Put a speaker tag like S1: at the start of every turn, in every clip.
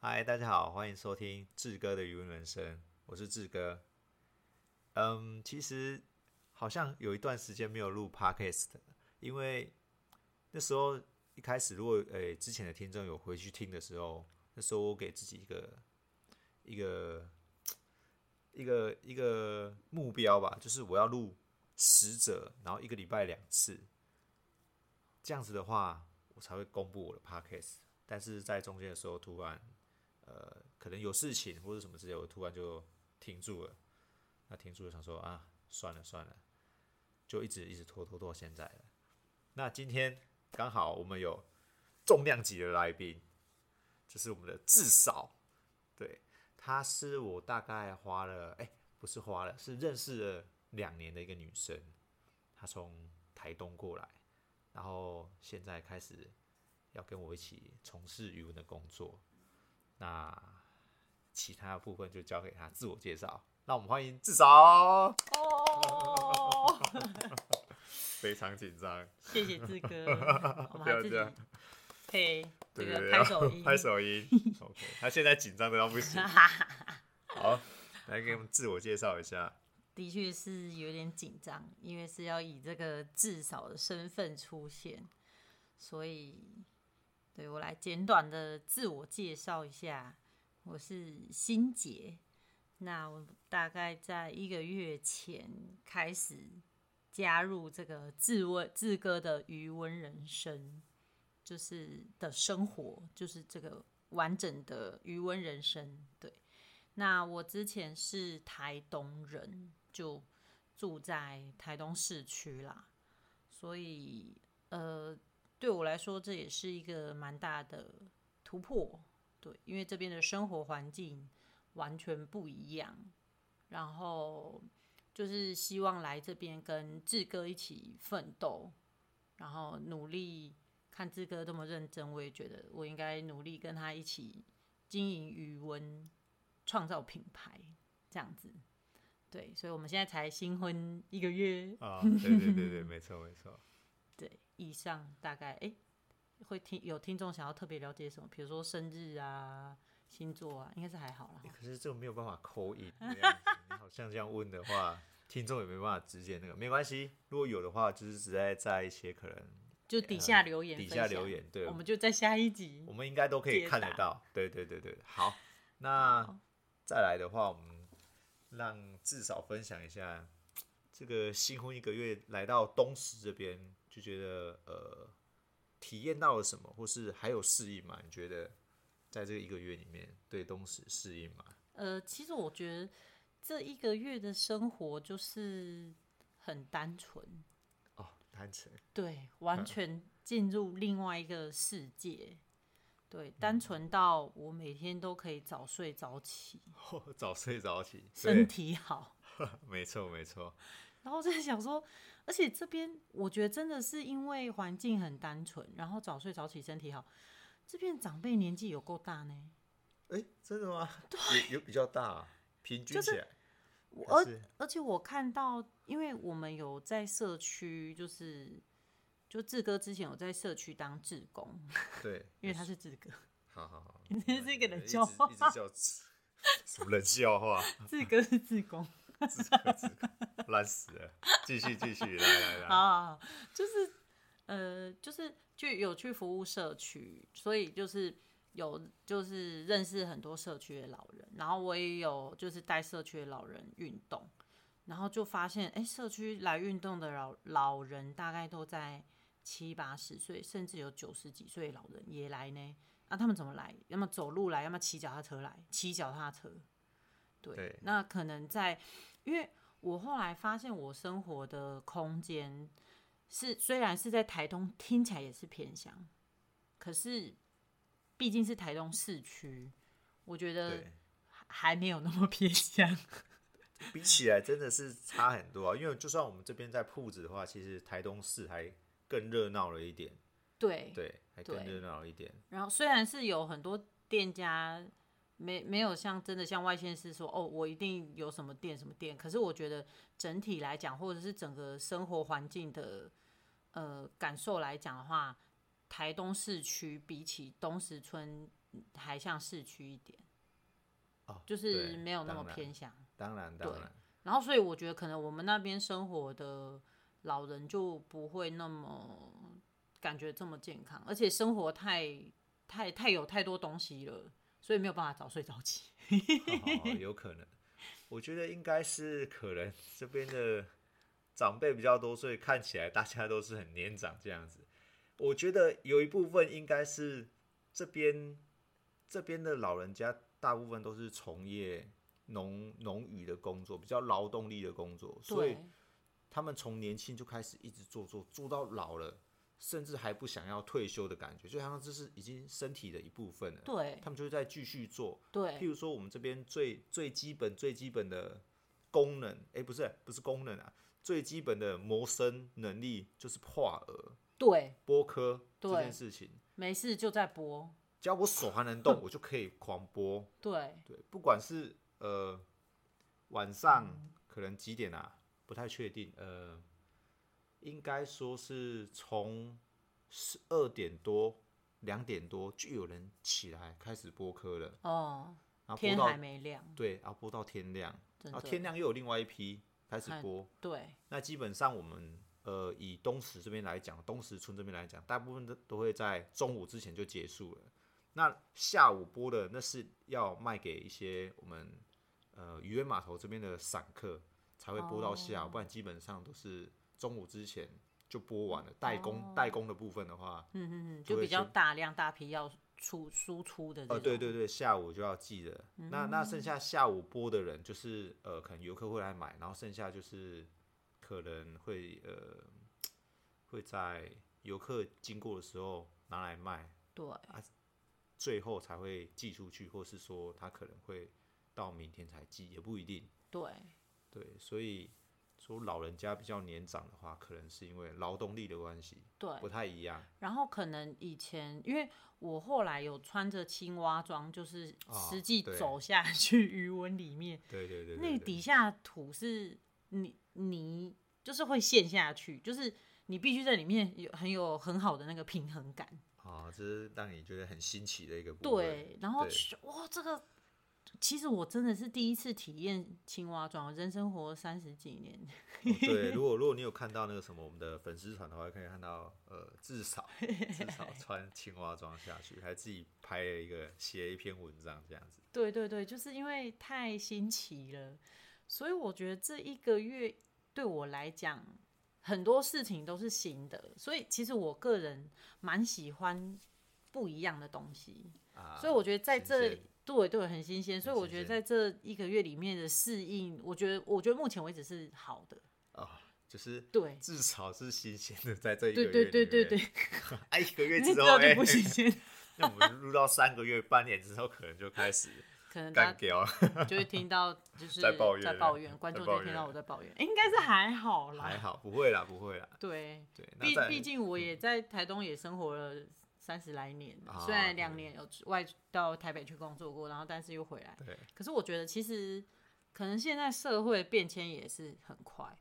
S1: 嗨，大家好，欢迎收听志哥的语文人生，我是志哥。嗯，其实好像有一段时间没有录 podcast，因为那时候一开始，如果呃之前的听众有回去听的时候，那时候我给自己一个一个一个一个目标吧，就是我要录十者，然后一个礼拜两次，这样子的话，我才会公布我的 podcast。但是在中间的时候，突然呃，可能有事情或者什么之类，我突然就停住了。那停住了，想说啊，算了算了，就一直一直拖拖拖到现在了。那今天刚好我们有重量级的来宾，这是我们的至少，对，她是我大概花了，哎、不是花了，是认识了两年的一个女生，她从台东过来，然后现在开始要跟我一起从事语文的工作。那其他部分就交给她自我介绍。那我们欢迎至少，
S2: 哦，
S1: 非常紧张，
S2: 谢谢 志哥，我们还自
S1: 不要这样
S2: 己配
S1: 对
S2: 这
S1: 对
S2: 个
S1: 对，
S2: 拍手音，
S1: 拍手 音。OK，他现在紧张的到不行。好，来给我们自我介绍一下。
S2: 的确是有点紧张，因为是要以这个至少的身份出现，所以对我来简短的自我介绍一下，我是心杰，那我大概在一个月前开始加入这个自问自歌的余温人生，就是的生活，就是这个完整的余温人生，对。那我之前是台东人，就住在台东市区啦，所以呃，对我来说这也是一个蛮大的突破，对，因为这边的生活环境完全不一样，然后就是希望来这边跟志哥一起奋斗，然后努力。看志哥这么认真，我也觉得我应该努力跟他一起经营语文创造品牌这样子。对，所以我们现在才新婚一个月，
S1: 啊，对对对对，没错没 错。
S2: 对，以上大概诶，会听有听众想要特别了解什么，比如说生日啊、星座啊，应该是还好啦。
S1: 欸可是这个没有办法扣音，这样子你好像这样问的话，听众也没办法直接那个。没关系，如果有的话，就是只在在一些可能
S2: 就底下留言、
S1: 底下留，言，对
S2: 我，们就在下一集
S1: 我。们应该都可以
S2: 解
S1: 看得
S2: 嗯答
S1: 到。对对对对，好，那
S2: 好
S1: 再来的话，我们让至少分享一下这个新婚一个月来到东石这边，就觉得呃，体验到了什么，或是还有适应吗？你觉得在这个一个月里面对东石适应吗？
S2: 呃，其实我觉得这一个月的生活就是很单纯，
S1: 哦，单 纯，
S2: 对，
S1: 嗯
S2: 完全进入另外一个世界。对，
S1: 嗯
S2: 单纯到我每天都可以早睡早起，
S1: 哦早睡早起，
S2: 身
S1: 对，
S2: 体好。
S1: 没错没错，
S2: 然后我在想说，而且这边我觉得真的是因为环境很单纯，然后早睡早起，身体好。这边长辈年纪有够大呢，
S1: 哎、真的吗？有有比较大、平均
S2: 就
S1: 起
S2: 是
S1: 来，
S2: 我
S1: 还
S2: 而
S1: 是
S2: 而且我看到，因为我们有在社区，就是就志哥之前有在社区当志工，
S1: 对，
S2: 因为他是志哥，
S1: 好好好，
S2: 你真是一个冷笑
S1: 话，一直叫 什么冷笑话，
S2: 志哥是志工。
S1: 烂死了！继续继 续，来来来，
S2: 啊，就是呃，就是就有去服务社区，所以就是有就是认识很多社区的老人，然后我也有就是带社区的老人运动，然后就发现哎、诶社区来运动的老老人大概都在七八十岁，甚至有九十几岁的老人也来呢。那、他们怎么来？要么走路来，要么骑脚踏车来，骑脚踏车。对，
S1: 对
S2: 那可能在，因为我后来发现我生活的空间是虽然是在台东，听起来也是偏乡，可是毕竟是台东市区，我觉得
S1: 对，
S2: 还还没有那么偏乡。
S1: 比起来真的是差很多啊。因为就算我们这边在铺子的话，其实台东市还更热闹了一点，
S2: 对，
S1: 对，还更
S2: 对
S1: 热闹了一点。
S2: 然后虽然是有很多店家没没有像真的像外县市说哦，我一定有什么店什么店，可是我觉得整体来讲，或者是整个生活环境的呃感受来讲的话，台东市区比起东石村还像市区一点，
S1: 哦，
S2: 就是
S1: 对
S2: 没有那么
S1: 当然
S2: 偏向。
S1: 当然，当
S2: 对
S1: 然，
S2: 然后，所以我觉得可能我们那边生活的老人就不会那么感觉这么健康，而且生活太太太有太多东西了，所以没有办法早睡早起。
S1: 哦有可能。我觉得应该是可能这边的长辈比较多，所以看起来大家都是很年长这样子。我觉得有一部分应该是这边这边的老人家大部分都是从业农农渔的工作，比较劳动力的工作，所以
S2: 对，
S1: 他们从年轻就开始一直做做做到老了，甚至还不想要退休的感觉，就好像这是已经身体的一部分了。
S2: 对
S1: 他，们就会再继续做，譬
S2: 对，
S1: 如说我们这边最最基本最基本的功能，哎、不是不是功能啊，最基本的谋生能力就是化饵、
S2: 对，
S1: 剥壳这
S2: 对
S1: 件事情。
S2: 没事就在播。
S1: 只要我手还能 动，我就可以狂剥。
S2: 对，
S1: 对，不管是呃晚上可能几点啊，不太确定。呃，应该说是从十二点多、两点多就有人起来开始剥壳了，
S2: 哦，
S1: 然后剥
S2: 天
S1: 到
S2: 还没亮，
S1: 对，然后播到天亮，然
S2: 真的
S1: 后。天亮又有另外一批开始
S2: 看
S1: 播。
S2: 对，
S1: 那基本上我们呃以东石这边来讲，东石村这边来讲，大部分都都会在中午之前就结束了。那下午播的那是要卖给一些我们呃渔人码头这边的散客才会播到
S2: 哦
S1: 下午，不然基本上都是中午之前就播完了。代工、
S2: 哦
S1: 代工的部分的话，
S2: 嗯嗯嗯，
S1: 就
S2: 就
S1: 会
S2: 比较
S1: 先
S2: 大量大批要出输出的这种。
S1: 呃，对对对，下午就要记得。那那剩下下午播的人，就是呃，可能游客会来买，然后剩下就是可能会呃，会在游客经过的时候拿来卖，
S2: 对
S1: 最后才会寄出去，或是说他可能会到明天才寄，也不一定。
S2: 对
S1: 对，所以说老人家比较年长的话，可能是因为劳动力的关系
S2: 对，
S1: 不太一样。
S2: 然后可能以前，因为我后来有穿着青蛙装，就是
S1: 啊
S2: 实际
S1: 对
S2: 走下 去余温里面，
S1: 对对对对
S2: 那
S1: 对
S2: 底下土是泥泥，就是会陷下去，就是你必须在里面有很有很好的那个平衡感。
S1: 啊，这是让你觉得很新奇的一个部分。
S2: 对，然后
S1: 对
S2: 去哇，这个其实我真的是第一次体验青蛙装，我人生活三十几年，
S1: 哦对，如 果如果你有看到那个什么我们的粉丝团的话，可以看到呃，至 少至少穿青蛙装下去，还自己拍了一个写了一篇文章这样子。
S2: 对对对，就是因为太新奇了，所以我觉得这一个月对我来讲，很多事情都是新的，所以其实我个人蛮喜欢不一样的东西，
S1: 啊，
S2: 所以我觉得在
S1: 新
S2: 这
S1: 鲜
S2: 对对很新鲜，所以
S1: 很
S2: 我
S1: 新
S2: 觉得
S1: 鲜
S2: 在这一个月里面的适应，我觉得我觉得目前为止是好的，
S1: 哦，就是
S2: 对
S1: 至少是新鲜的，在这一个
S2: 对
S1: 月
S2: 对对对
S1: 对，
S2: 对，
S1: 啊，一个月
S2: 你
S1: 之
S2: 知
S1: 后
S2: 道
S1: 哎
S2: 就，不 新鲜，
S1: 那我们录到三个月、半年之后，可能就开 始
S2: 可能大
S1: 干
S2: 家
S1: 掉了。
S2: 就会听到就是
S1: 在抱
S2: 在
S1: 怨
S2: 抱
S1: 了
S2: 怨，观
S1: 在
S2: 众
S1: 抱
S2: 就会听
S1: 怨
S2: 到
S1: 了
S2: 我在抱怨，哎应该是还好啦，
S1: 还好，不会啦，不会啦。
S2: 对。
S1: 对，那
S2: 毕
S1: 在嗯
S2: 毕竟我也在台东也生活了三十来年了，
S1: 啊
S2: 虽然两
S1: 对
S2: 年有外到台北去工作过，然后但是又回来。
S1: 对
S2: 可是我觉得其实可能现在社会变迁也是很快，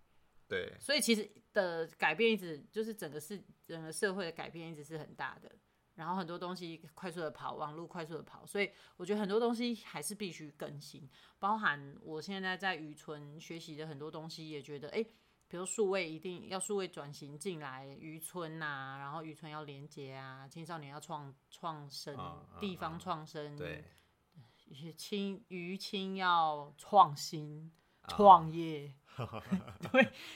S1: 对
S2: 所以其实的改变一直就是整个是整个社会的改变一直是很大的。然后很多东西快速的跑，网络快速的跑，所以我觉得很多东西还是必须更新，包含我现在在渔村学习的很多东西，也觉得哎，诶比如数位一定要数位转型进来渔村呐、然后渔村要连接啊，青少年要创创生，
S1: 嗯嗯
S2: 地方
S1: 嗯
S2: 创生，
S1: 对，
S2: 也青渔青要创新、
S1: 啊
S2: 创业，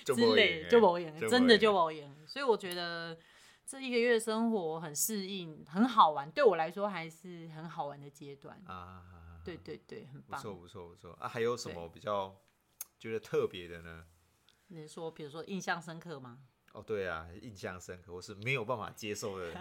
S1: 就
S2: 之
S1: 不
S2: 类
S1: 会
S2: 就无用，
S1: 就
S2: 真
S1: 无
S2: 的
S1: 用
S2: 就无用。所以我觉得这一个月的生活很适应，很好玩，对我来说还是很好玩的阶段。
S1: 啊，
S2: 对对对，很
S1: 不错
S2: 棒。
S1: 不错不错啊！还有什么比较觉得特别的呢？
S2: 你说，比如说印象深刻吗？
S1: 哦，对啊，印象深刻，我是没有办法接受的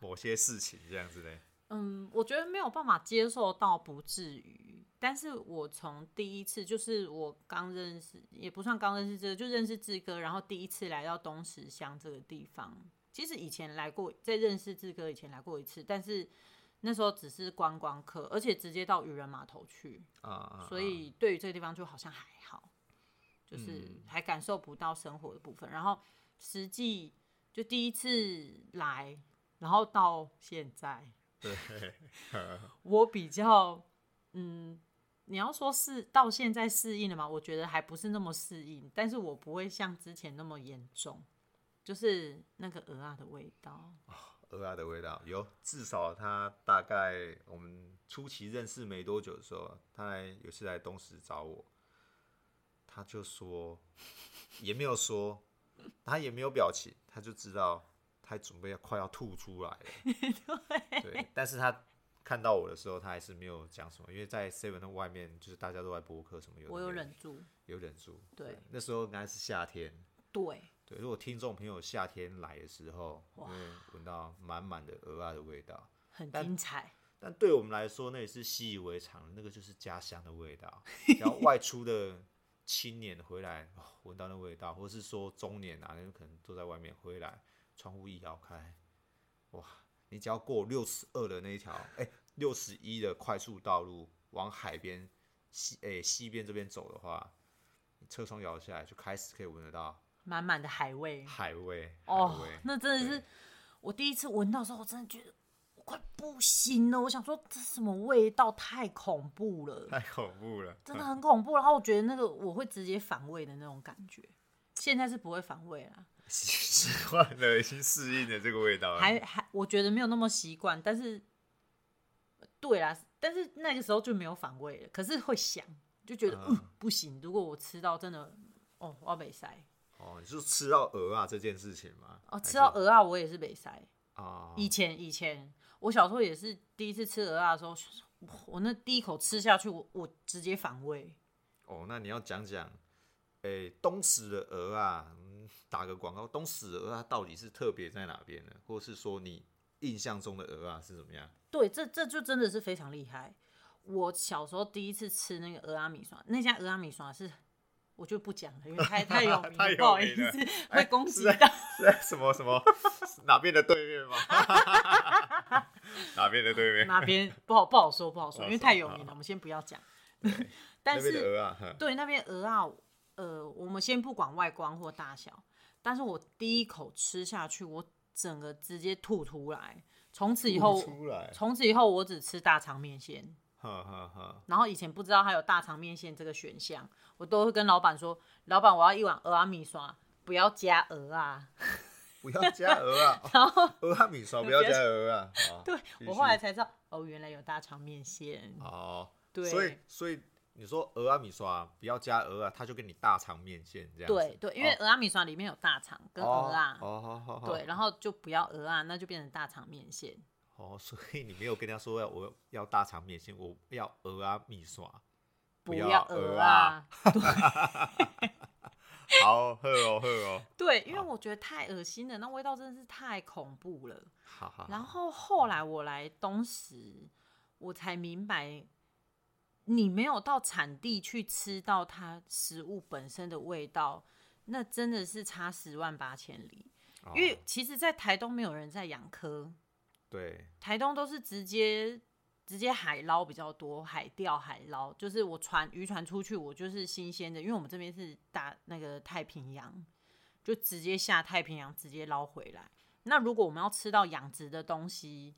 S1: 某些事情这样子的。
S2: 嗯，我觉得没有办法接受到不至于，但是我从第一次就是我刚认识，也不算刚认识这个，就认识志哥，然后第一次来到东石乡这个地方。其实以前来过，在认识志哥以前来过一次，但是那时候只是观光客，而且直接到渔人码头去，
S1: 啊啊，
S2: 所
S1: 啊
S2: 以对于这个地方就好像还好，就是
S1: 嗯
S2: 还感受不到生活的部分。然后实际就第一次来，然后到现在，
S1: 对，
S2: 我比较，嗯，你要说是到现在适应了吗？我觉得还不是那么适应，但是我不会像之前那么严重，就是那个鹅啊的味道。
S1: 鹅啊的味道有，至少他大概我们初期认识没多久的时候，他来有次来东石找我，他就说，也没有说，他也没有表情，他就知道他准备要快要吐出 来了。对，但是他看到我的时候，他还是没有讲什么，因为在 seven 的外面，就是大家都在播客什么有的没的，
S2: 我有忍住，
S1: 有忍住。
S2: 对，
S1: 那时候应该是夏天，
S2: 对，
S1: 对，如果听众朋友夏天来的时候，你会闻到满满的鹅啊的味道，
S2: 很
S1: 但
S2: 精彩。
S1: 但对我们来说，那也是习以为常，那个就是家乡的味道。然后外出的青年回来，哦闻、到那味道，或是说中年啊，那可能都在外面回来，窗户一摇开，哇，你只要过六十二的那一条，哎、六十一的快速道路往海边西，哎、西边这边走的话，你车窗摇下来就开始可以闻得到
S2: 满满的海味
S1: 海味，海
S2: 哦
S1: 味，
S2: 那真的
S1: 对
S2: 是我第一次闻到的时候，我真的觉得我快不行了。我想说这是什么味道，太恐怖了，
S1: 太恐怖了。
S2: 真的很恐怖。然后我觉得那个我会直接反胃的那种感觉，现在是不会反胃啦，
S1: 习惯了，已经适应了这个味道了。
S2: 还还我觉得没有那么习惯，但是对啦，但是那个时候就没有反胃了，可是会想，就觉得
S1: 嗯
S2: 嗯不行，如果我吃到真的哦，我要北塞
S1: 哦，你是吃到鹅啊这件事情吗？
S2: 哦，吃到
S1: 还是
S2: 鹅啊，我也是北塞。
S1: 啊，
S2: 以前以前，我小时候也是第一次吃鹅啊的时候，哇我那第一口吃下去，我我直接反胃。
S1: 哦，那你要讲讲，诶，东石的鹅啊，嗯打个广告，东石的鹅啊到底是特别在哪边呢？或是说你印象中的鹅啊是怎么样？
S2: 对，这这就真的是非常厉害。我小时候第一次吃那个鹅啊阿米刷，那家鹅阿米刷是我就不讲了，因为太太有 名
S1: 太有
S2: 不好意
S1: 名了
S2: 思， 会攻击
S1: 是啊
S2: 到。
S1: 是在什么什么 哪边的对面吗？ 哪边的对面？
S2: 哪边不好不好说不好说，
S1: 不好
S2: 因为
S1: 说
S2: 太有
S1: 好
S2: 名了，
S1: 好
S2: 我们先不要讲。 但
S1: 那边的
S2: 是
S1: 鹅啊，哼
S2: 对那边鹅啊，呃，我们先不管外观或大小，但是我第一口吃下去，我整个直接吐出来。从此以
S1: 吐
S2: 后，
S1: 出来，
S2: 从此以后我只吃大肠面线。
S1: 哈哈哈，
S2: 然后以前不知道还有大肠面线这个选项，我都会跟老板说：“老板，我要一碗鹅啊米刷，不要加鹅 啊。
S1: 不要加鹅 啊，鹅啊米烧不要加鹅啊，好”
S2: 对
S1: 继
S2: 我
S1: 续
S2: 后来才知道，哦，原来有大肠面线。
S1: 哦，
S2: 对
S1: 所以所以你说鹅啊米刷不要加鹅啊，他就给你大肠面线这样子。
S2: 对对，因为鹅啊米刷里面有大肠跟鹅啊，
S1: 哦，好好好，
S2: 对，然后就不要鹅啊，那就变成大肠面线。
S1: 哦，所以你没有跟他说要我要大肠面线，我要鹅啊米刷，
S2: 不
S1: 要
S2: 鹅
S1: 鹅啊，， 好喝哦喝哦，
S2: 对，因为我觉得太恶心了，那味道真的是太恐怖了。
S1: 好好，
S2: 然后后来我来东石，我才明白，你没有到产地去吃到它食物本身的味道，那真的是差十万八千里。
S1: 哦
S2: 因为其实，在台东没有人在养科，
S1: 对
S2: 台东都是直接直接海捞比较多，海钓、海捞，就是我船渔船出去，我就是新鲜的，因为我们这边是大那个太平洋，就直接下太平洋直接捞回来。那如果我们要吃到养殖的东西，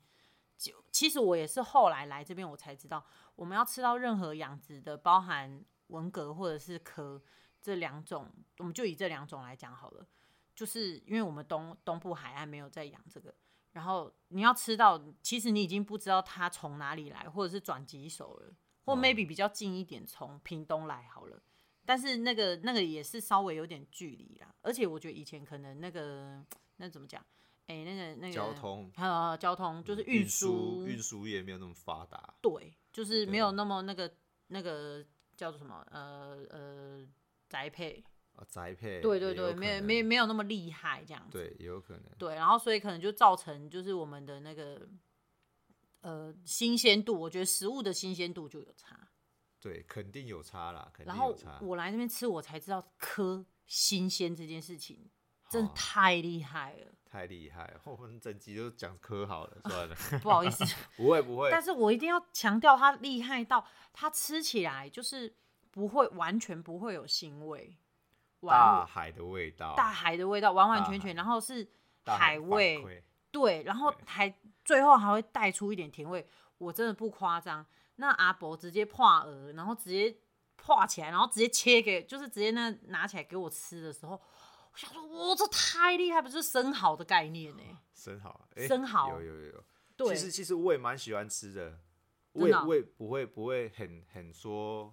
S2: 就其实我也是后来来这边我才知道，我们要吃到任何养殖的，包含文蛤或者是壳这两种，我们就以这两种来讲好了。就是因为我们东东部海岸没有在养这个，然后你要吃到，其实你已经不知道它从哪里来，或者是转几手了，或 maybe 比较近一点从屏东来好了。但是那个那个也是稍微有点距离啦，而且我觉得以前可能那个那怎么讲，哎、那个那个
S1: 交通
S2: 还有交通就是运
S1: 运
S2: 输，
S1: 运输业没有那么发达，
S2: 对，就是没
S1: 对
S2: 有那么那个那个叫做什么呃呃宅配，
S1: 啊宅配，
S2: 对对
S1: 也有
S2: 对，
S1: 可
S2: 没有
S1: 能
S2: 没有没有那么厉害这样子，
S1: 对也有可能，
S2: 对，然后所以可能就造成就是我们的那个呃新鲜度，我觉得食物的新鲜度就有差。
S1: 对肯定有差啦，肯定
S2: 然后
S1: 有差，哦
S2: 我来那边吃，我才知道科新鲜这件事情真的
S1: 哦
S2: 太厉害了，
S1: 太厉害 了，我们整集就讲科好了，算了，
S2: 不好意思。
S1: 不会不会，
S2: 但是我一定要强调，它厉害到它吃起来就是不会完全不会有腥味，完
S1: 大海的味道，
S2: 大海的味道完完全
S1: 大海
S2: 全，然后是
S1: 大海
S2: 味
S1: 反馈
S2: 对，然后还最后还会带出一点甜味，我真的不夸张。那阿伯直接破鹅，然后直接破起来，然后直接切给，就是直接那拿起来给我吃的时候，我想说，哇，这太厉害，不是生蚝的概念呢、
S1: 生蚝，哎
S2: 生蚝
S1: 有有有有。其，
S2: 对
S1: 实其实我也蛮喜欢吃的，
S2: 真
S1: 我也
S2: 的哦
S1: 我也不会不会很很说，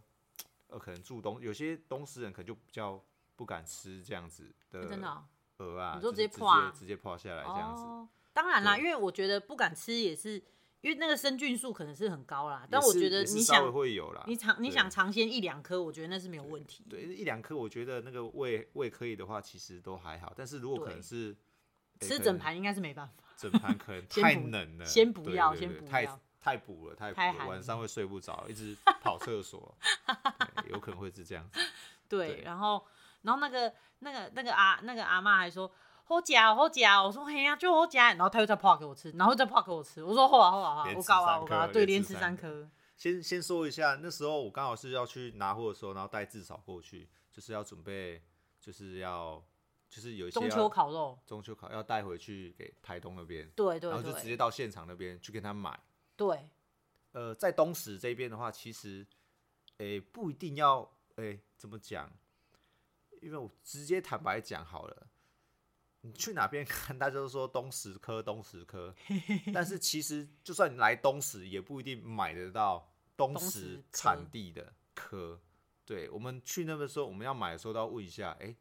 S1: 呃，可能住东有些东西人可能就比较不敢吃这样子的
S2: 真的哦、
S1: 鹅啊，
S2: 你说
S1: 就
S2: 直
S1: 是
S2: 接
S1: 直
S2: 破啊
S1: 接直接泡下来这样子，
S2: 哦。当然啦，
S1: 对
S2: 因为我觉得不敢吃也是，因为那个生菌数可能是很高啦。但
S1: 也
S2: 我
S1: 是
S2: 觉得
S1: 也是
S2: 你
S1: 稍微
S2: 想
S1: 会有啦，
S2: 你尝你
S1: 对
S2: 想尝鲜一两颗，我觉得那是没有问题。
S1: 对一两颗，我觉得那个胃胃可以的话，其实都还好，但是如果可
S2: 对
S1: 能是诶
S2: 吃
S1: 可
S2: 整
S1: 能
S2: 盘应该是没办 法。
S1: 整盘可 能
S2: 先
S1: 太
S2: 不
S1: 冷了，
S2: 先不
S1: 对
S2: 要
S1: 对
S2: 先
S1: 对
S2: 不
S1: 太
S2: 要
S1: 太补了，太
S2: 太
S1: 补了，
S2: 寒
S1: 晚
S2: 了
S1: 上会睡不着，一直跑厕 所，对有可能会是这样子。
S2: 对，
S1: 对
S2: 然后然后那个那个那个阿那个阿妈还说。好假哦好假哦，我说嘿呀、就好假，然后他又再泡给我吃，然后再泡给我吃，我说好啊好啊好啊
S1: 连，
S2: 我
S1: 吃
S2: 搞啊
S1: 三
S2: 我
S1: 颗
S2: 搞啊，对，
S1: 连
S2: 连
S1: 吃
S2: 吃
S1: 三
S2: 三颗，
S1: 先先说一下，那时候我刚好是要去拿货的时候，然后带至少过去，就是要准备，就是要就是有一些
S2: 中
S1: 要
S2: 秋烤肉，
S1: 中秋烤要带回去给台东那边，
S2: 对对
S1: 然后就直
S2: 对
S1: 接到现场那边去跟他买。
S2: 对，
S1: 呃，在东石这边的话，其实，诶、不一定要，诶、怎么讲？因为我直接坦白讲好了，你去哪边看，大家都说东石科，东石 科，但是其实就算你来东石，也不一定买得到东
S2: 东石
S1: 石
S2: 科
S1: 产地的科。对，我们去那边的时候，我们要买的时候都要问一下，诶、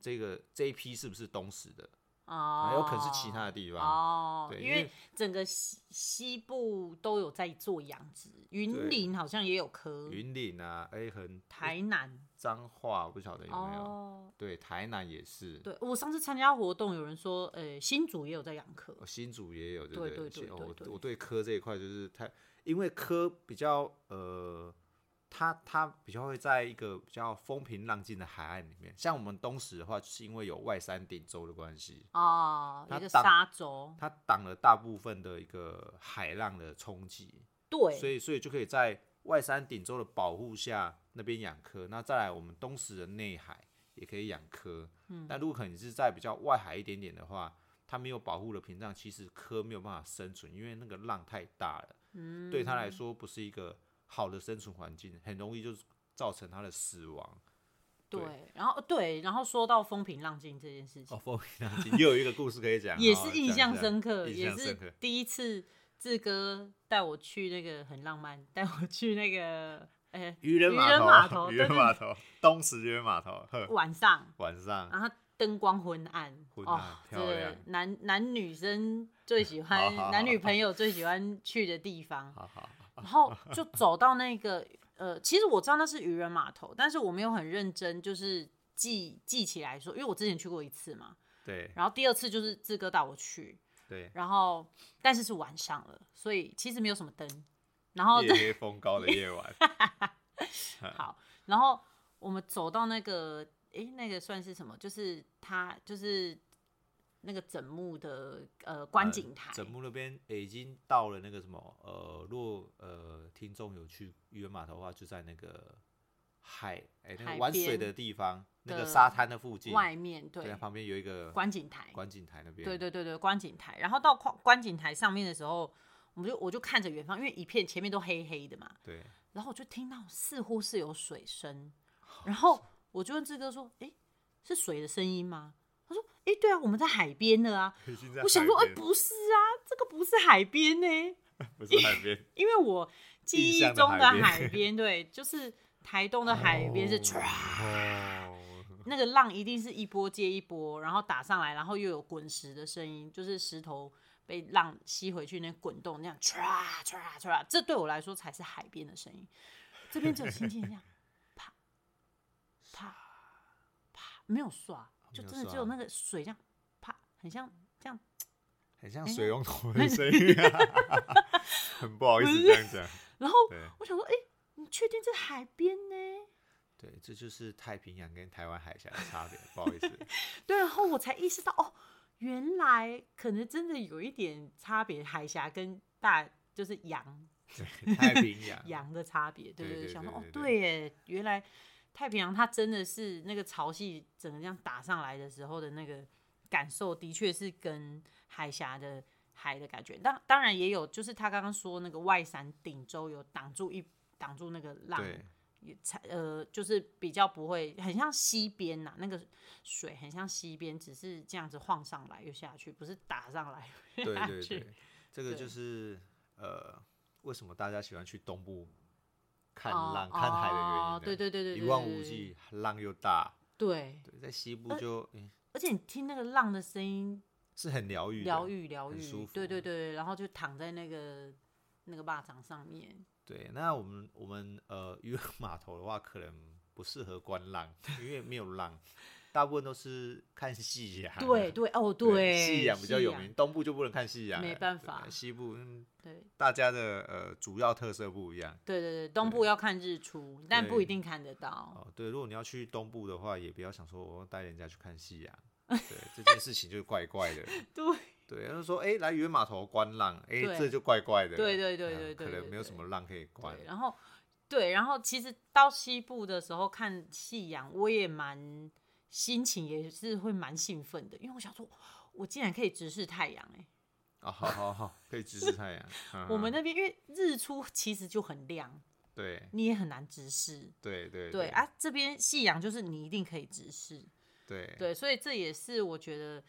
S1: 这个这一批是不是东石的？
S2: 哦
S1: 还，有可能是其他的地方。
S2: 哦，
S1: 对
S2: 因
S1: 因为
S2: 为整个西西部都有在做养殖，云
S1: 对
S2: 林好像也有科，
S1: 云岭啊，哎、很
S2: 台南
S1: 脏话，我不晓得有没有。
S2: 哦，
S1: 对，台南也是，
S2: 对我上次参加活动，有人说，呃，新竹也有在养科，
S1: 哦新竹也有，不
S2: 对
S1: 对
S2: 对对
S1: 新哦
S2: 对
S1: 我
S2: 对
S1: 我对科这一块就是太，因为科比较呃，它它比较会在一个比较风平浪静的海岸里面，像我们东石的话，就是因为有外山顶洲的关系，
S2: 哦，
S1: 它
S2: 一个
S1: 挡
S2: 沙洲，
S1: 它挡了大部分的一个海浪的冲击，所
S2: 对，
S1: 以所以就可以在外山顶洲的保护下那边养科。那再来我们东石的内海也可以养科，嗯，但如果可能是在比较外海一点点的话，它没有保护的屏障，其实科没有办法生存，因为那个浪太大了，
S2: 嗯，
S1: 对它来说不是一个好的生存环境，很容易就造成它的死亡。对
S2: 对，然后对，然后说到风平浪静这件事情，
S1: 哦，风 平浪静又有一个故事可以讲，
S2: 也
S1: 好
S2: 是
S1: 讲一
S2: 印
S1: 下
S2: 象深刻，
S1: 啊印
S2: 也
S1: 象
S2: 是
S1: 深刻。
S2: 第一次志哥带我去那个很浪漫，带我去那个，呃，
S1: 渔人
S2: 渔
S1: 码
S2: 人
S1: 头，
S2: 码头
S1: 渔
S2: 对
S1: 人
S2: 对
S1: 码头，东石渔人码头，呵，
S2: 晚上。
S1: 晚上
S2: 然后灯光昏暗，
S1: 啊昏
S2: 哦
S1: 暗，
S2: 这
S1: 漂
S2: 个
S1: 亮
S2: 男男女生最喜
S1: 好
S2: 欢，
S1: 好好
S2: 男女朋友最喜欢去的地方。
S1: 好好，
S2: 然后就走到那个呃，其实我知道那是渔人码头，但是我没有很认真，就是记记起来说，因为我之前去过一次嘛，
S1: 对
S2: 然后第二次就是志哥带我去，
S1: 对。
S2: 然后但是是晚上了，所以其实没有什么灯。然后
S1: 夜黑风高的夜晚，
S2: 好，然后我们走到那个，诶，那个算是什么？就是它就是那个整木的呃观景台，
S1: 整木那边诶已经到了那个什么呃，若呃听众有去渔人码头的话，就在那个海诶、那
S2: 海
S1: 个玩水
S2: 边
S1: 的地方，那
S2: 的
S1: 个沙滩的附近，
S2: 外面对
S1: 对，旁边有一个
S2: 观景台，
S1: 观景台那边，
S2: 对对对对观景台。然后到观观景台上面的时候，我们就我就看着远方，因为一片前面都黑黑的嘛，
S1: 对
S2: 然后我就听到似乎是有 水声，然后我就问志哥说，诶，是水的声音吗？他说，诶，对啊，我们在海边的啊。
S1: 已经在
S2: 我想
S1: 海
S2: 说，哎、
S1: 边
S2: 不是啊，这个不是海边呢、
S1: 不是海边，
S2: 因为我记
S1: 印
S2: 忆
S1: 象的
S2: 中的
S1: 海边
S2: 海边，对，就是台东的 海边是唰、
S1: 哦，
S2: 那个浪一定是一波接一波，然后打上来，然后又有滚石的声音，就是石头被浪吸回去那滚动那样唰唰唰，这对我来说才是海边的声音。这边只有轻轻这样啪啪啪，没有刷，就
S1: 哦没有
S2: 真的只
S1: 刷
S2: 有那个水这样啪，很像这样
S1: 很像
S2: 哎
S1: 水龙 头的声音、啊，很不好意思这样讲，
S2: 然后
S1: 对
S2: 我想说，哎、你确定这是海边呢？
S1: 对，这就是太平洋跟台湾海峡的差别，不好意思，
S2: 对，然后我才意识到，哦，原来可能真的有一点差别，海峡跟大就是洋
S1: 对，太平洋，
S2: 洋的差别，
S1: 嗯
S2: 对
S1: 对
S2: 对
S1: 对
S2: 想
S1: 对
S2: 说，哦，
S1: 对对
S2: 对耶，原来太平洋它真的是那个潮汐整个这样打上来的时候的那个感受，的确是跟海峡的海的感觉。当当然也有，就是他刚刚说那个外伞顶舟有挡住一挡住那个浪，
S1: 对，
S2: 也才呃，就是比较不会，很像溪边呐、那个水很像溪边，只是这样子晃上来又下去，不是打上来 又
S1: 对
S2: 下
S1: 对
S2: 去。
S1: 对，这个
S2: 对
S1: 就是呃，为什么大家喜欢去东部看
S2: 哦
S1: 浪、看海的原因
S2: 哦
S1: 呢？
S2: 对对对对对，
S1: 一望无
S2: 对。呃
S1: 际，浪又大。
S2: 对，
S1: 对，在西部就、嗯
S2: 而且你听那个浪的声音，
S1: 是很疗愈的，
S2: 疗愈疗
S1: 很
S2: 愈
S1: 舒，服
S2: 对对对，然后就躺在那个那个坝掌上面，
S1: 对，那我们我们呃渔人码头的话，可能不适合观浪，因为没有浪，大部分都是看夕阳啊。
S2: 对对哦对，
S1: 夕阳比较
S2: 夕
S1: 有名，东部就不能看夕阳了，
S2: 没办
S1: 对
S2: 法
S1: 西部嗯，
S2: 对
S1: 大家的呃主要特色不一样
S2: 对对对，东部要看日出，但不一
S1: 对
S2: 定看得到，
S1: 哦。对，如果你要去东部的话，也不要想说我要带人家去看夕阳， 对，这件事情就怪怪的。
S2: 对
S1: 对，他就说哎、来渔人码头观浪，哎、
S2: 对
S1: 这就怪怪的。
S2: 对对对
S1: 嗯
S2: 对对
S1: 可
S2: 对
S1: 能没有什
S2: 对啊
S1: 么浪可以观
S2: 对，。然后对，然后其实到西部的时候看夕阳，我也蛮心情也是会蛮兴奋的，因为我想说，我竟然可以直视太阳哎、
S1: 啊，好好好，可以直视太 阳。嗯
S2: 我们
S1: 嗯
S2: 那边因为日出其实就很亮，
S1: 对
S2: 你也很难直视。
S1: 对对
S2: 对啊，这边夕阳就是你一定可以直视，
S1: 对
S2: 对，所以这也是我觉得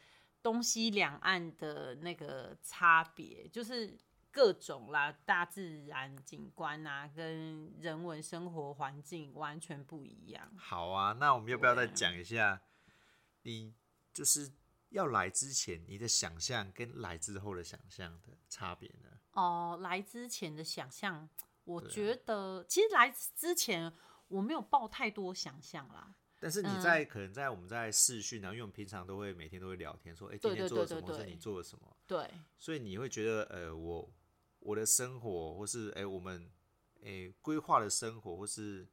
S2: 东西两岸的那个差别，就是各种啦，大自然景观啊，跟人文生活环境完全不一样。
S1: 好啊，那我们要不要再
S2: 对啊
S1: 讲一下？你就是要来之前你的想象跟来之后的想象的差别呢？
S2: 哦、来之前的想象，我
S1: 对啊
S2: 觉得其实来之前我没有抱太多想象啦。
S1: 但是你
S2: 嗯
S1: 在、可能在我们在视讯啊，因为我们平常都会每天都会聊天，说哎、今
S2: 对
S1: 天
S2: 对
S1: 做了
S2: 对
S1: 什
S2: 对
S1: 么，或是
S2: 对
S1: 你做了什么，
S2: 对，
S1: 所以你会觉得呃，我我的生活，或是哎、我们哎规划的生活，或是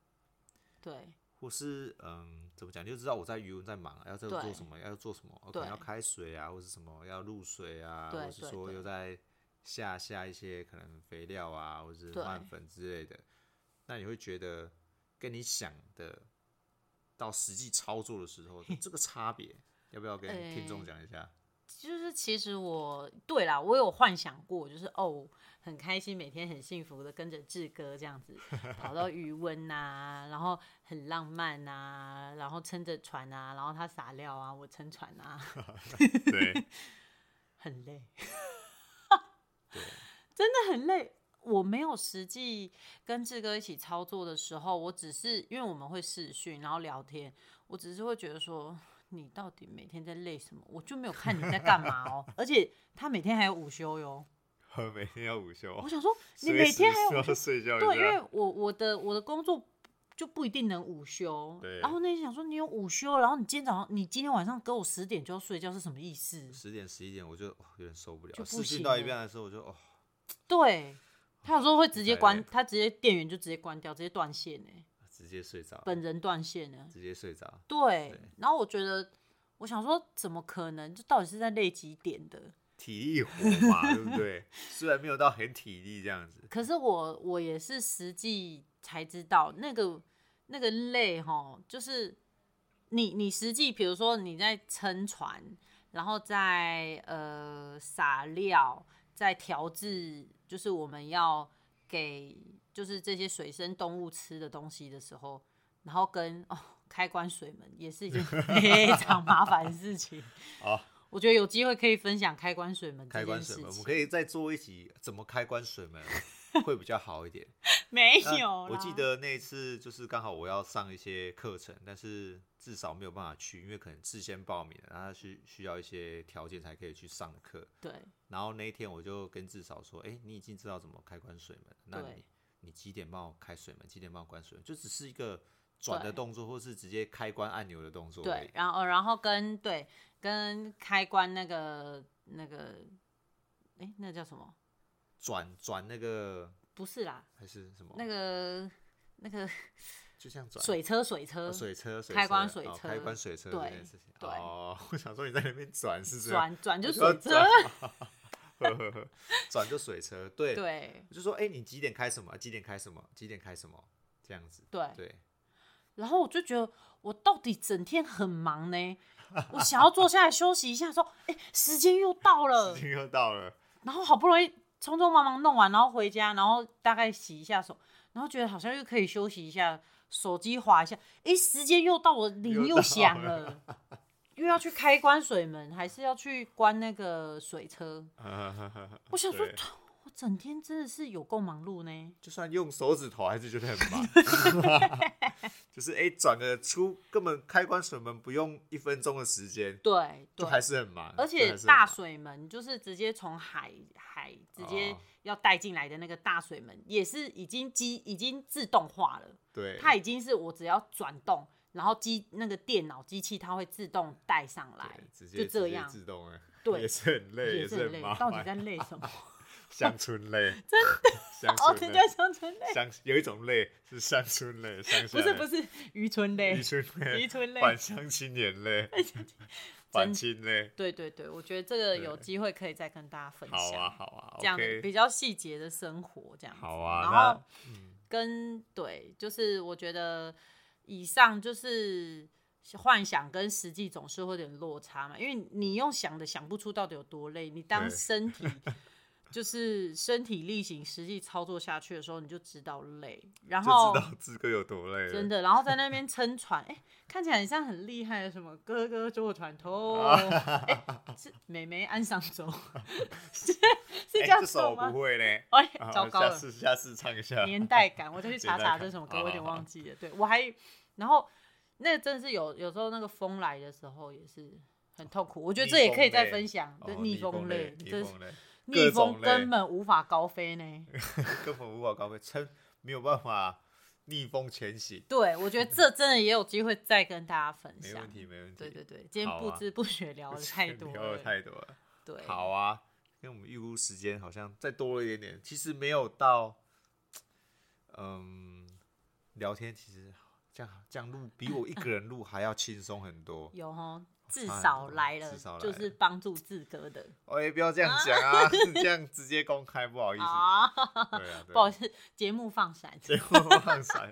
S2: 对，
S1: 或是嗯，怎么讲，你就知道我在渔文在忙，要在做
S2: 对
S1: 什么，要做什么，哦可能
S2: 对
S1: 要开水啊，或是什么要入水啊，
S2: 对
S1: 或是
S2: 对
S1: 说
S2: 对
S1: 又在下下一些可能肥料啊，或是
S2: 对
S1: 慢粉之类的，那你会觉得跟你想的到实际操作的 时候这个差别，要不要跟
S2: 诶
S1: 听众讲一下？
S2: 就是其实我对啦，我有幻想过，就是哦，很开心，每天很幸福的跟着志哥这 样子跑到余温呐，然后很浪漫呐、然后撑着船啊，然后他撒料啊，我撑船啊，
S1: 对
S2: 很累，
S1: 对
S2: 真的很累。我没有实际跟志哥一起操作的时候，我只是因为我们会视讯，然后聊天，我只是会觉得说。你到底每天在累什么？我就没有看你在干嘛哦， 而且他每天还有午休哟。，
S1: 我每天要午休
S2: 我，想说，你每天还有
S1: 有睡觉一
S2: 对，因
S1: 下
S2: 为我我的我的工作就不一定能午休。
S1: 对
S2: 然后那天想说，你有午休，然后你今天早上，你今天晚上跟我十点就要睡觉，是什么意思？
S1: 十点十一点我就、哦有点受不了，
S2: 就不
S1: 视讯
S2: 行
S1: 到一
S2: 了
S1: 半的时候我就哦。
S2: 对，他有时候会直接
S1: 太累
S2: 关，他直接店员就直接关掉，直接断线欸呢、
S1: 直接睡着了，
S2: 本人断线呢、
S1: 直接睡着。
S2: 对，
S1: 对
S2: 然后我觉得，我想说，怎么可能？这到底是在累几点的？
S1: 体力活嘛， 对不对？虽然没有到很体力这样子，
S2: 可是我我也是实际才知道，那个那个累哈，就是你你实际，比如说你在撑船，然后在呃撒料，在调制，就是我们要给就是这些水生动物吃的东西的时候，然后跟哦开关水门也是一件 非常麻烦的事情。
S1: 哦，
S2: 我觉得有机会可以分享开关水门这
S1: 开
S2: 件
S1: 关水
S2: 事情。
S1: 门，我们可以再做一集怎么开关水门啊 会比较好一点。
S2: 没
S1: 那
S2: 有啦，
S1: 啊我记得那一次就是刚好我要上一些课程，但是至少没有办法去，因为可能事先报名了，然后需需要一些条件才可以去上的课。
S2: 对
S1: 然后那一天我就跟至少说，哎、你已经知道怎么开关水门，那
S2: 对
S1: 你你几点帮我开水门，几点帮我关水门，就只是一个转的
S2: 对
S1: 动作，或是直接开关按钮的动作而已。
S2: 对，然后然后跟对跟开关那个那个，哎，那叫什么？
S1: 转转那个
S2: 不是啦，
S1: 还是什么？
S2: 那个那个
S1: 就像转
S2: 水车水车
S1: 哦水车、水
S2: 开关
S1: 车
S2: 水
S1: 哦
S2: 车
S1: 开关水车这
S2: 对
S1: 件事情。
S2: 对
S1: 哦，我想说你在那边转是这样，
S2: 转哦转就
S1: 我说
S2: 水车，
S1: 转转就水车，对。
S2: 对
S1: 我就说，哎、你几点开什么？几点开什么？几点开什么？这样子。
S2: 对。
S1: 对，
S2: 然后我就觉得我到底整天很忙 呢，我想要坐下来休息一下，说，哎，时间又到了
S1: 时，间又到了，
S2: 然后好不容易匆匆忙忙弄完，然后回家，然后大概洗一下手，然后觉得好像又可以休息一下，手机滑一下，诶，时间又到，我铃又 响了，又要去开关水门，还是要去关那个水车。我想说
S1: 对，
S2: 我整天真的是有够忙碌呢。
S1: 就算用手指头还是觉得很麻， 就是哎转、个出，根本开关水门不用一分钟的时间，
S2: 对
S1: 就
S2: 对，
S1: 还是很麻。
S2: 而
S1: 就
S2: 且
S1: 还是很
S2: 大
S1: 麻
S2: 水门就是直接从海海直接
S1: 哦
S2: 要带进来的那个大水门，也是已经机已经自动化了，
S1: 对，
S2: 它已经是我只要转动，然后机那个电脑机器它会自动带上来
S1: 对，直接
S2: 就这
S1: 直接
S2: 样，
S1: 自动了，
S2: 对
S1: 也是很累，
S2: 也
S1: 也
S2: 是很
S1: 很
S2: 累
S1: 麻。
S2: 到底在
S1: 烦，
S2: 累什么？
S1: 乡村 累，真的， 乡
S2: 哦，
S1: 村
S2: 这
S1: 累
S2: 叫，乡村累，
S1: 乡有一种累是乡村累，乡下
S2: 不是
S1: 累
S2: 不是渔村累
S1: 渔， 村累，
S2: 渔村累
S1: 返乡青年 累，返青累，
S2: 对对对，我觉得这个有
S1: 对
S2: 机会可以再跟大家分
S1: 好啊
S2: 享，
S1: 好啊，
S2: 这样
S1: OK
S2: 比较细节的生活这样子。
S1: 好啊，
S2: 然
S1: 那
S2: 后跟对，就是我觉得以上就是幻想跟实际总是会有点落差嘛，因为你用想的想不出到底有多累，你当
S1: 对
S2: 身体就是身体力行实际操作下去的时候，你就知道累，然后
S1: 就知道志哥有多累了，
S2: 真的，然后在那边撑船，哎、看起来很像很厉害的什么哥哥坐船 头，哎、是妹妹岸上走， 是是
S1: 哎
S2: 这样
S1: 这首
S2: 走
S1: 我
S2: 吗
S1: 不？会嘞，
S2: 哎、
S1: 啊
S2: 糟糕了
S1: 下，次下次唱一下，
S2: 年代感，我再去查
S1: 年代
S2: 查
S1: 感哦
S2: 这首歌，
S1: 好
S2: 我有点
S1: 好好
S2: 忘记了。对我还，然后那真的是有有时候那个风来的时候也是很痛苦，我觉得
S1: 逆
S2: 这也可以
S1: 风
S2: 再
S1: 类
S2: 分享，
S1: 哦
S2: 就是逆风类，
S1: 逆
S2: 这
S1: 风类，
S2: 逆
S1: 各
S2: 风
S1: 种
S2: 根
S1: 类
S2: 本无法高 飞呢。
S1: 根本无法高飞，撑没有办法逆风前行，
S2: 对，我觉得这真的也有机会再跟大家分
S1: 没
S2: 享
S1: 问。题没问题，
S2: 对 对对，今天
S1: 好
S2: 不
S1: 啊
S2: 知不觉聊 了太多
S1: 聊了
S2: 了，
S1: 太多了，
S2: 对，，
S1: 好啊，因为我们预估时间好像再多了一点点，其实没有到，嗯，聊天其实这样这样录比我一个人录还要轻松很多
S2: 有哦，至
S1: 差很
S2: 少
S1: 多
S2: 来
S1: 至
S2: 了
S1: 少，
S2: 就
S1: 来
S2: 是
S1: 了
S2: 帮助志哥的
S1: 哦也不要这样讲 啊，这样直接公开不好意思，
S2: 啊，
S1: 对啊，对啊
S2: 不好 意 思，节目放闪，
S1: 节目放闪。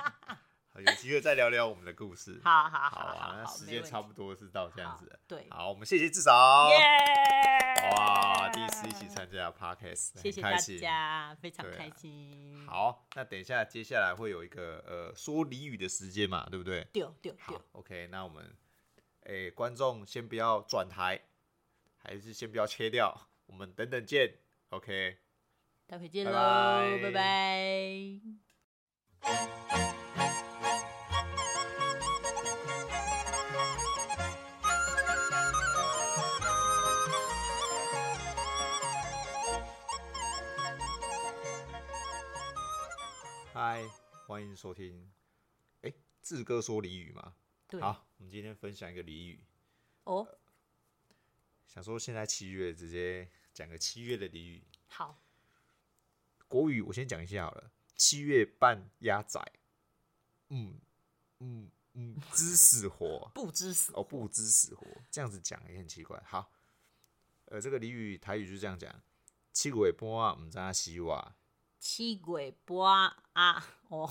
S1: 好有机会再聊聊我们的故事。
S2: 好
S1: 好
S2: 好好
S1: 啊，那
S2: 好，
S1: 时
S2: 没
S1: 间
S2: 问
S1: 差
S2: 题
S1: 不多是到这样子了。
S2: 对，
S1: 好，我们谢谢至少。
S2: 耶！
S1: 哇，第一次一起参加 podcast，
S2: 谢谢
S1: 很开
S2: 大
S1: 心。
S2: 家，非常
S1: 对啊
S2: 开心。，
S1: 好，那等一下接下来会有一个呃说俚语的时间嘛，对不对？
S2: 丢丢
S1: 好
S2: 丢，
S1: ，OK，那我们诶、观众先不要转台，还是先不要切掉，我们等等见。OK。
S2: 待会见
S1: 拜
S2: 喽，
S1: 拜
S2: 拜拜。
S1: 嗨，欢迎收听。哎、志哥说俚语嘛，
S2: 对，
S1: 好，我们今天分享一个俚语，
S2: 哦，
S1: 想说现在七月，直接讲个七月的俚语。
S2: 好，
S1: 国语我先讲一下好了，七月半鸭仔，嗯嗯嗯，知死活
S2: 不知死
S1: 哦，不知死活，这样子讲也很奇怪。好，呃，这个俚语台语就是这样讲，七月半啊，唔知道死哇，
S2: 七鬼波啊！哦，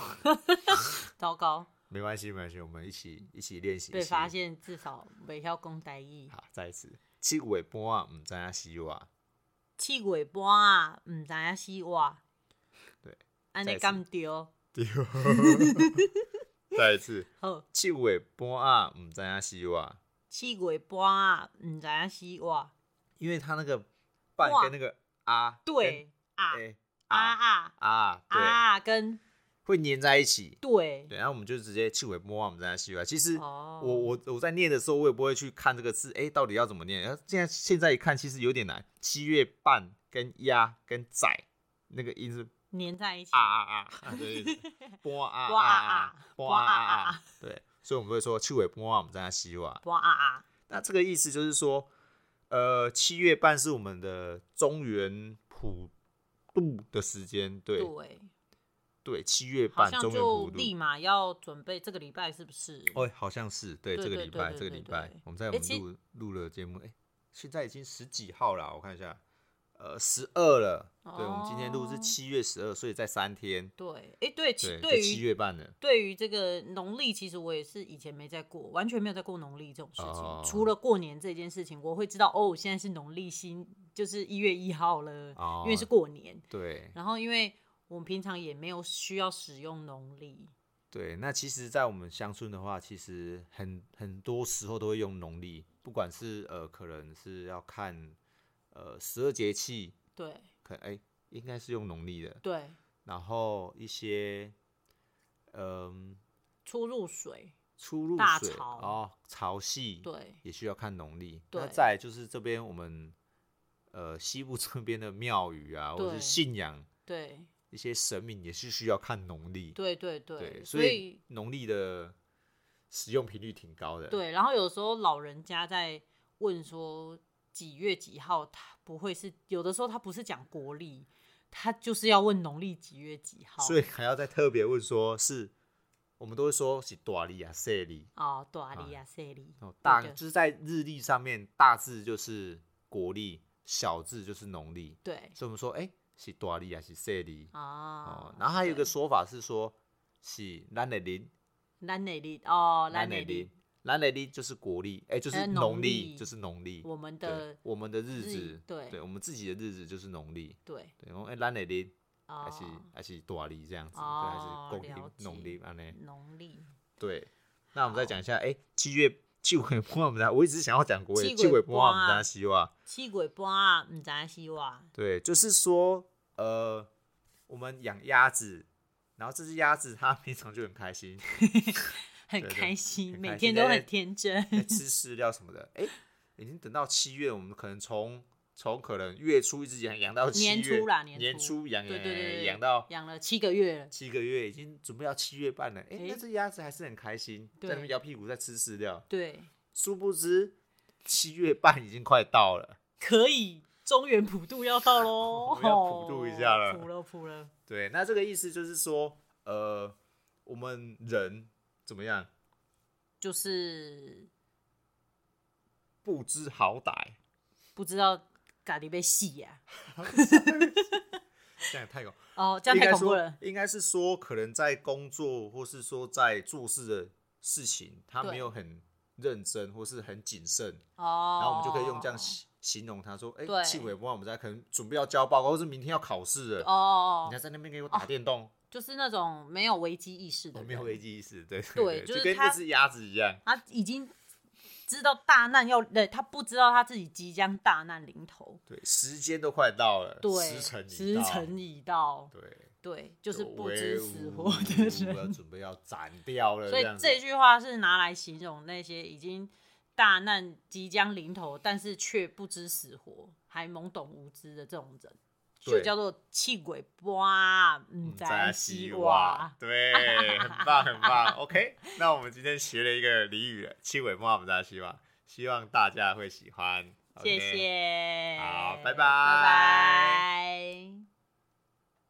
S2: 糟糕，
S1: 没关系没关系，我们一起一起练习。
S2: 被
S1: 一起
S2: 发现至少未晓讲台语。
S1: 好，再一次，七月半啊，唔知道死哇。
S2: 七鬼波啊，唔知影死活。
S1: 对，
S2: 安
S1: 再
S2: 尼
S1: 次
S2: 敢哦丢？
S1: 对，再一次，
S2: 好，
S1: 七月半啊，唔知影死哇，
S2: 七鬼波啊，唔知影死啊活。
S1: 因为它那个半
S2: 哇
S1: 跟那个啊，
S2: 对啊
S1: 跟，哎
S2: 啊
S1: 啊
S2: 啊
S1: 啊，对，
S2: 啊，跟
S1: 会粘在一起。
S2: 对
S1: 对，然后我们就直接七尾摸啊，我们在那西歪。其实
S2: 哦
S1: 我我我在念的时候，我也不会去看这个字，哎，到底要怎么念？然后现在现在一看，其实有点难。七月半跟鸭跟仔那个音是
S2: 粘在一起
S1: 啊。啊啊啊，对， 波啊
S2: 播啊
S1: 啊
S2: 啊
S1: 啊波啊啊啊，对，所以我们会说七尾摸啊，我们在那西歪。
S2: 哇啊啊！
S1: 那这个意思就是说，呃，七月半是我们的中原普渡的时间，对
S2: 对，
S1: 对，七月
S2: 好
S1: 半
S2: 像
S1: 中原
S2: 就
S1: 普
S2: 立
S1: 渡。
S2: 马要准备这个礼拜是不是？
S1: 哦，好像是对
S2: 对
S1: 这个
S2: 对
S1: 礼
S2: 对
S1: 拜，
S2: 对
S1: 这个
S2: 对
S1: 礼拜
S2: 对
S1: 我们在我
S2: 诶
S1: 们
S2: 其
S1: 录录了节目，哎、现在已经十几号啦，我看一下，呃，十二了。对，我们今天录是
S2: 哦
S1: 七月十二，所以在三天，
S2: 对，哎，对，其
S1: 对，
S2: 对
S1: 就七
S2: 于
S1: 月半了。
S2: 对于这个农历，其实我也是以前没在过，完全没有在过农历这种事情。
S1: 哦
S2: 除了过年这件事情，我会知道哦，现在是农历新就是一月一号了，
S1: 哦
S2: 因为是过年。
S1: 对
S2: 然后因为我们平常也没有需要使用农历，
S1: 对，那其实，在我们乡村的话，其实很很多时候都会用农历，不管是呃，可能是要看呃十二节气，
S2: 对
S1: 可哎、应该是用农历的，
S2: 对，
S1: 然后一些嗯、
S2: 出入水，
S1: 出入
S2: 大
S1: 水
S2: 潮
S1: 哦，潮汐
S2: 对
S1: 也需要看农历。那
S2: 对
S1: 再来就是这边我们呃西部 这边的庙宇啊，或者
S2: 对
S1: 是信仰
S2: 对
S1: 一些神明也是需要看农历。
S2: 对对对，
S1: 对，
S2: 所
S1: 所
S2: 以
S1: 以农历的使用频率挺高的。
S2: 对，然后有时候老人家在问说几月几号，他不会是有的时候他不是讲国历，他就是要问农历几月几号。
S1: 所以还要再特别问说是，我们都会说是大历啊、小历，
S2: 哦，大历啊，西历
S1: 哦，大
S2: 对
S1: 就是在日历上面，大字就是国历，小字就是农历，
S2: 对
S1: 所以我们说哎、是大历啊，是小历。
S2: 啊
S1: 哦，，然后还有一个
S2: 对
S1: 说法是说，是咱的林，
S2: 咱的历哦，咱的
S1: 的
S2: 历
S1: 林，，咱的林就是国历，哎，就
S2: 呃
S1: 是
S2: 农
S1: 农
S2: 历
S1: 历，就是农历。
S2: 我们
S1: 对
S2: 的
S1: 我们的日
S2: 日
S1: 子，
S2: 对
S1: 我们自己的日子就是农历，
S2: 对
S1: 对，然后哎，咱的林
S2: 哦
S1: 还是还是大历这样子，
S2: 哦
S1: 对，还是
S2: 了
S1: 公
S2: 解嗯
S1: 历、农历安尼。
S2: 农历
S1: 对，那我们再讲一下，哎，七月七尾波我们我一直想要讲国
S2: 七
S1: 语，
S2: 月
S1: 七尾波
S2: 半
S1: 我们大希望。
S2: 七鬼半啊，唔知道是哇，
S1: 对，就是说，呃，我们养鸭子，然后这只鸭子它平常就很开心，
S2: 很
S1: 对对
S2: 开心，
S1: 很
S2: 每
S1: 开
S2: 天
S1: 心
S2: 都
S1: 在
S2: 很天 真。
S1: 在哎吃饲料什么的。哎、已经等到七月，我们可能从从可能月初一直养养到七月，
S2: 年 初啦年
S1: 年
S2: 初
S1: 养
S2: 对
S1: 养
S2: 对对，对
S1: 养到
S2: 养了七个月了，
S1: 七个月，已经准备要七月半了。哎、
S2: 诶
S1: 那只鸭子还是很开心，在
S2: 对
S1: 那边摇屁股在吃饲料。
S2: 对，
S1: 殊不知七月半已经快到了。
S2: 可以中原普渡要到喽，
S1: 我们要普渡一下了
S2: 普了普了，
S1: 对，那这个意思就是说，呃，我们人怎么样
S2: 就是
S1: 不知好 歹。
S2: 不知道咖喱被戏呀、
S1: 这样也太恐，
S2: 哦，这样太恐怖了，
S1: 应该是说，可能在工作或是说在做事的事情，他
S2: 对
S1: 没有很认真或是很谨慎，
S2: 哦，
S1: 然后我们就可以用这样形形容他说，哎、
S2: 对
S1: 气尾不然我们在可能准备要交报告，或是明天要考试了，
S2: 哦
S1: 你，还在那边给我打电动，
S2: 就是那种没有危机意识
S1: 我
S2: 的
S1: 哦没有
S2: 人，
S1: 危机意识，对
S2: 对
S1: 对，
S2: 就是
S1: 跟
S2: 他
S1: 那只鸭子一样，
S2: 他已经知道大难要，对他不知道他自己即将大难临头，
S1: 对，时间都快到了，
S2: 对，
S1: 时辰呃已
S2: 时
S1: 到，
S2: 辰已到，
S1: 对，
S2: 对，就是
S1: 有
S2: 不
S1: 威
S2: 知死
S1: 武
S2: 活的
S1: 我要
S2: 人。
S1: 准备要斩掉了，
S2: 所以
S1: 呃样子
S2: 这句话是拿来形容那些已经大难即将临头，但是却不知死活、还懵懂无知的这种人，
S1: 对
S2: 就叫做气鬼哇，嗯，在西哇，，
S1: 对，很棒很棒。OK，那我们今天学了一个俚语了，七尾莫姆扎西哇，希望大家会喜欢。
S2: 谢
S1: OK
S2: 谢，
S1: 好拜拜
S2: 拜拜。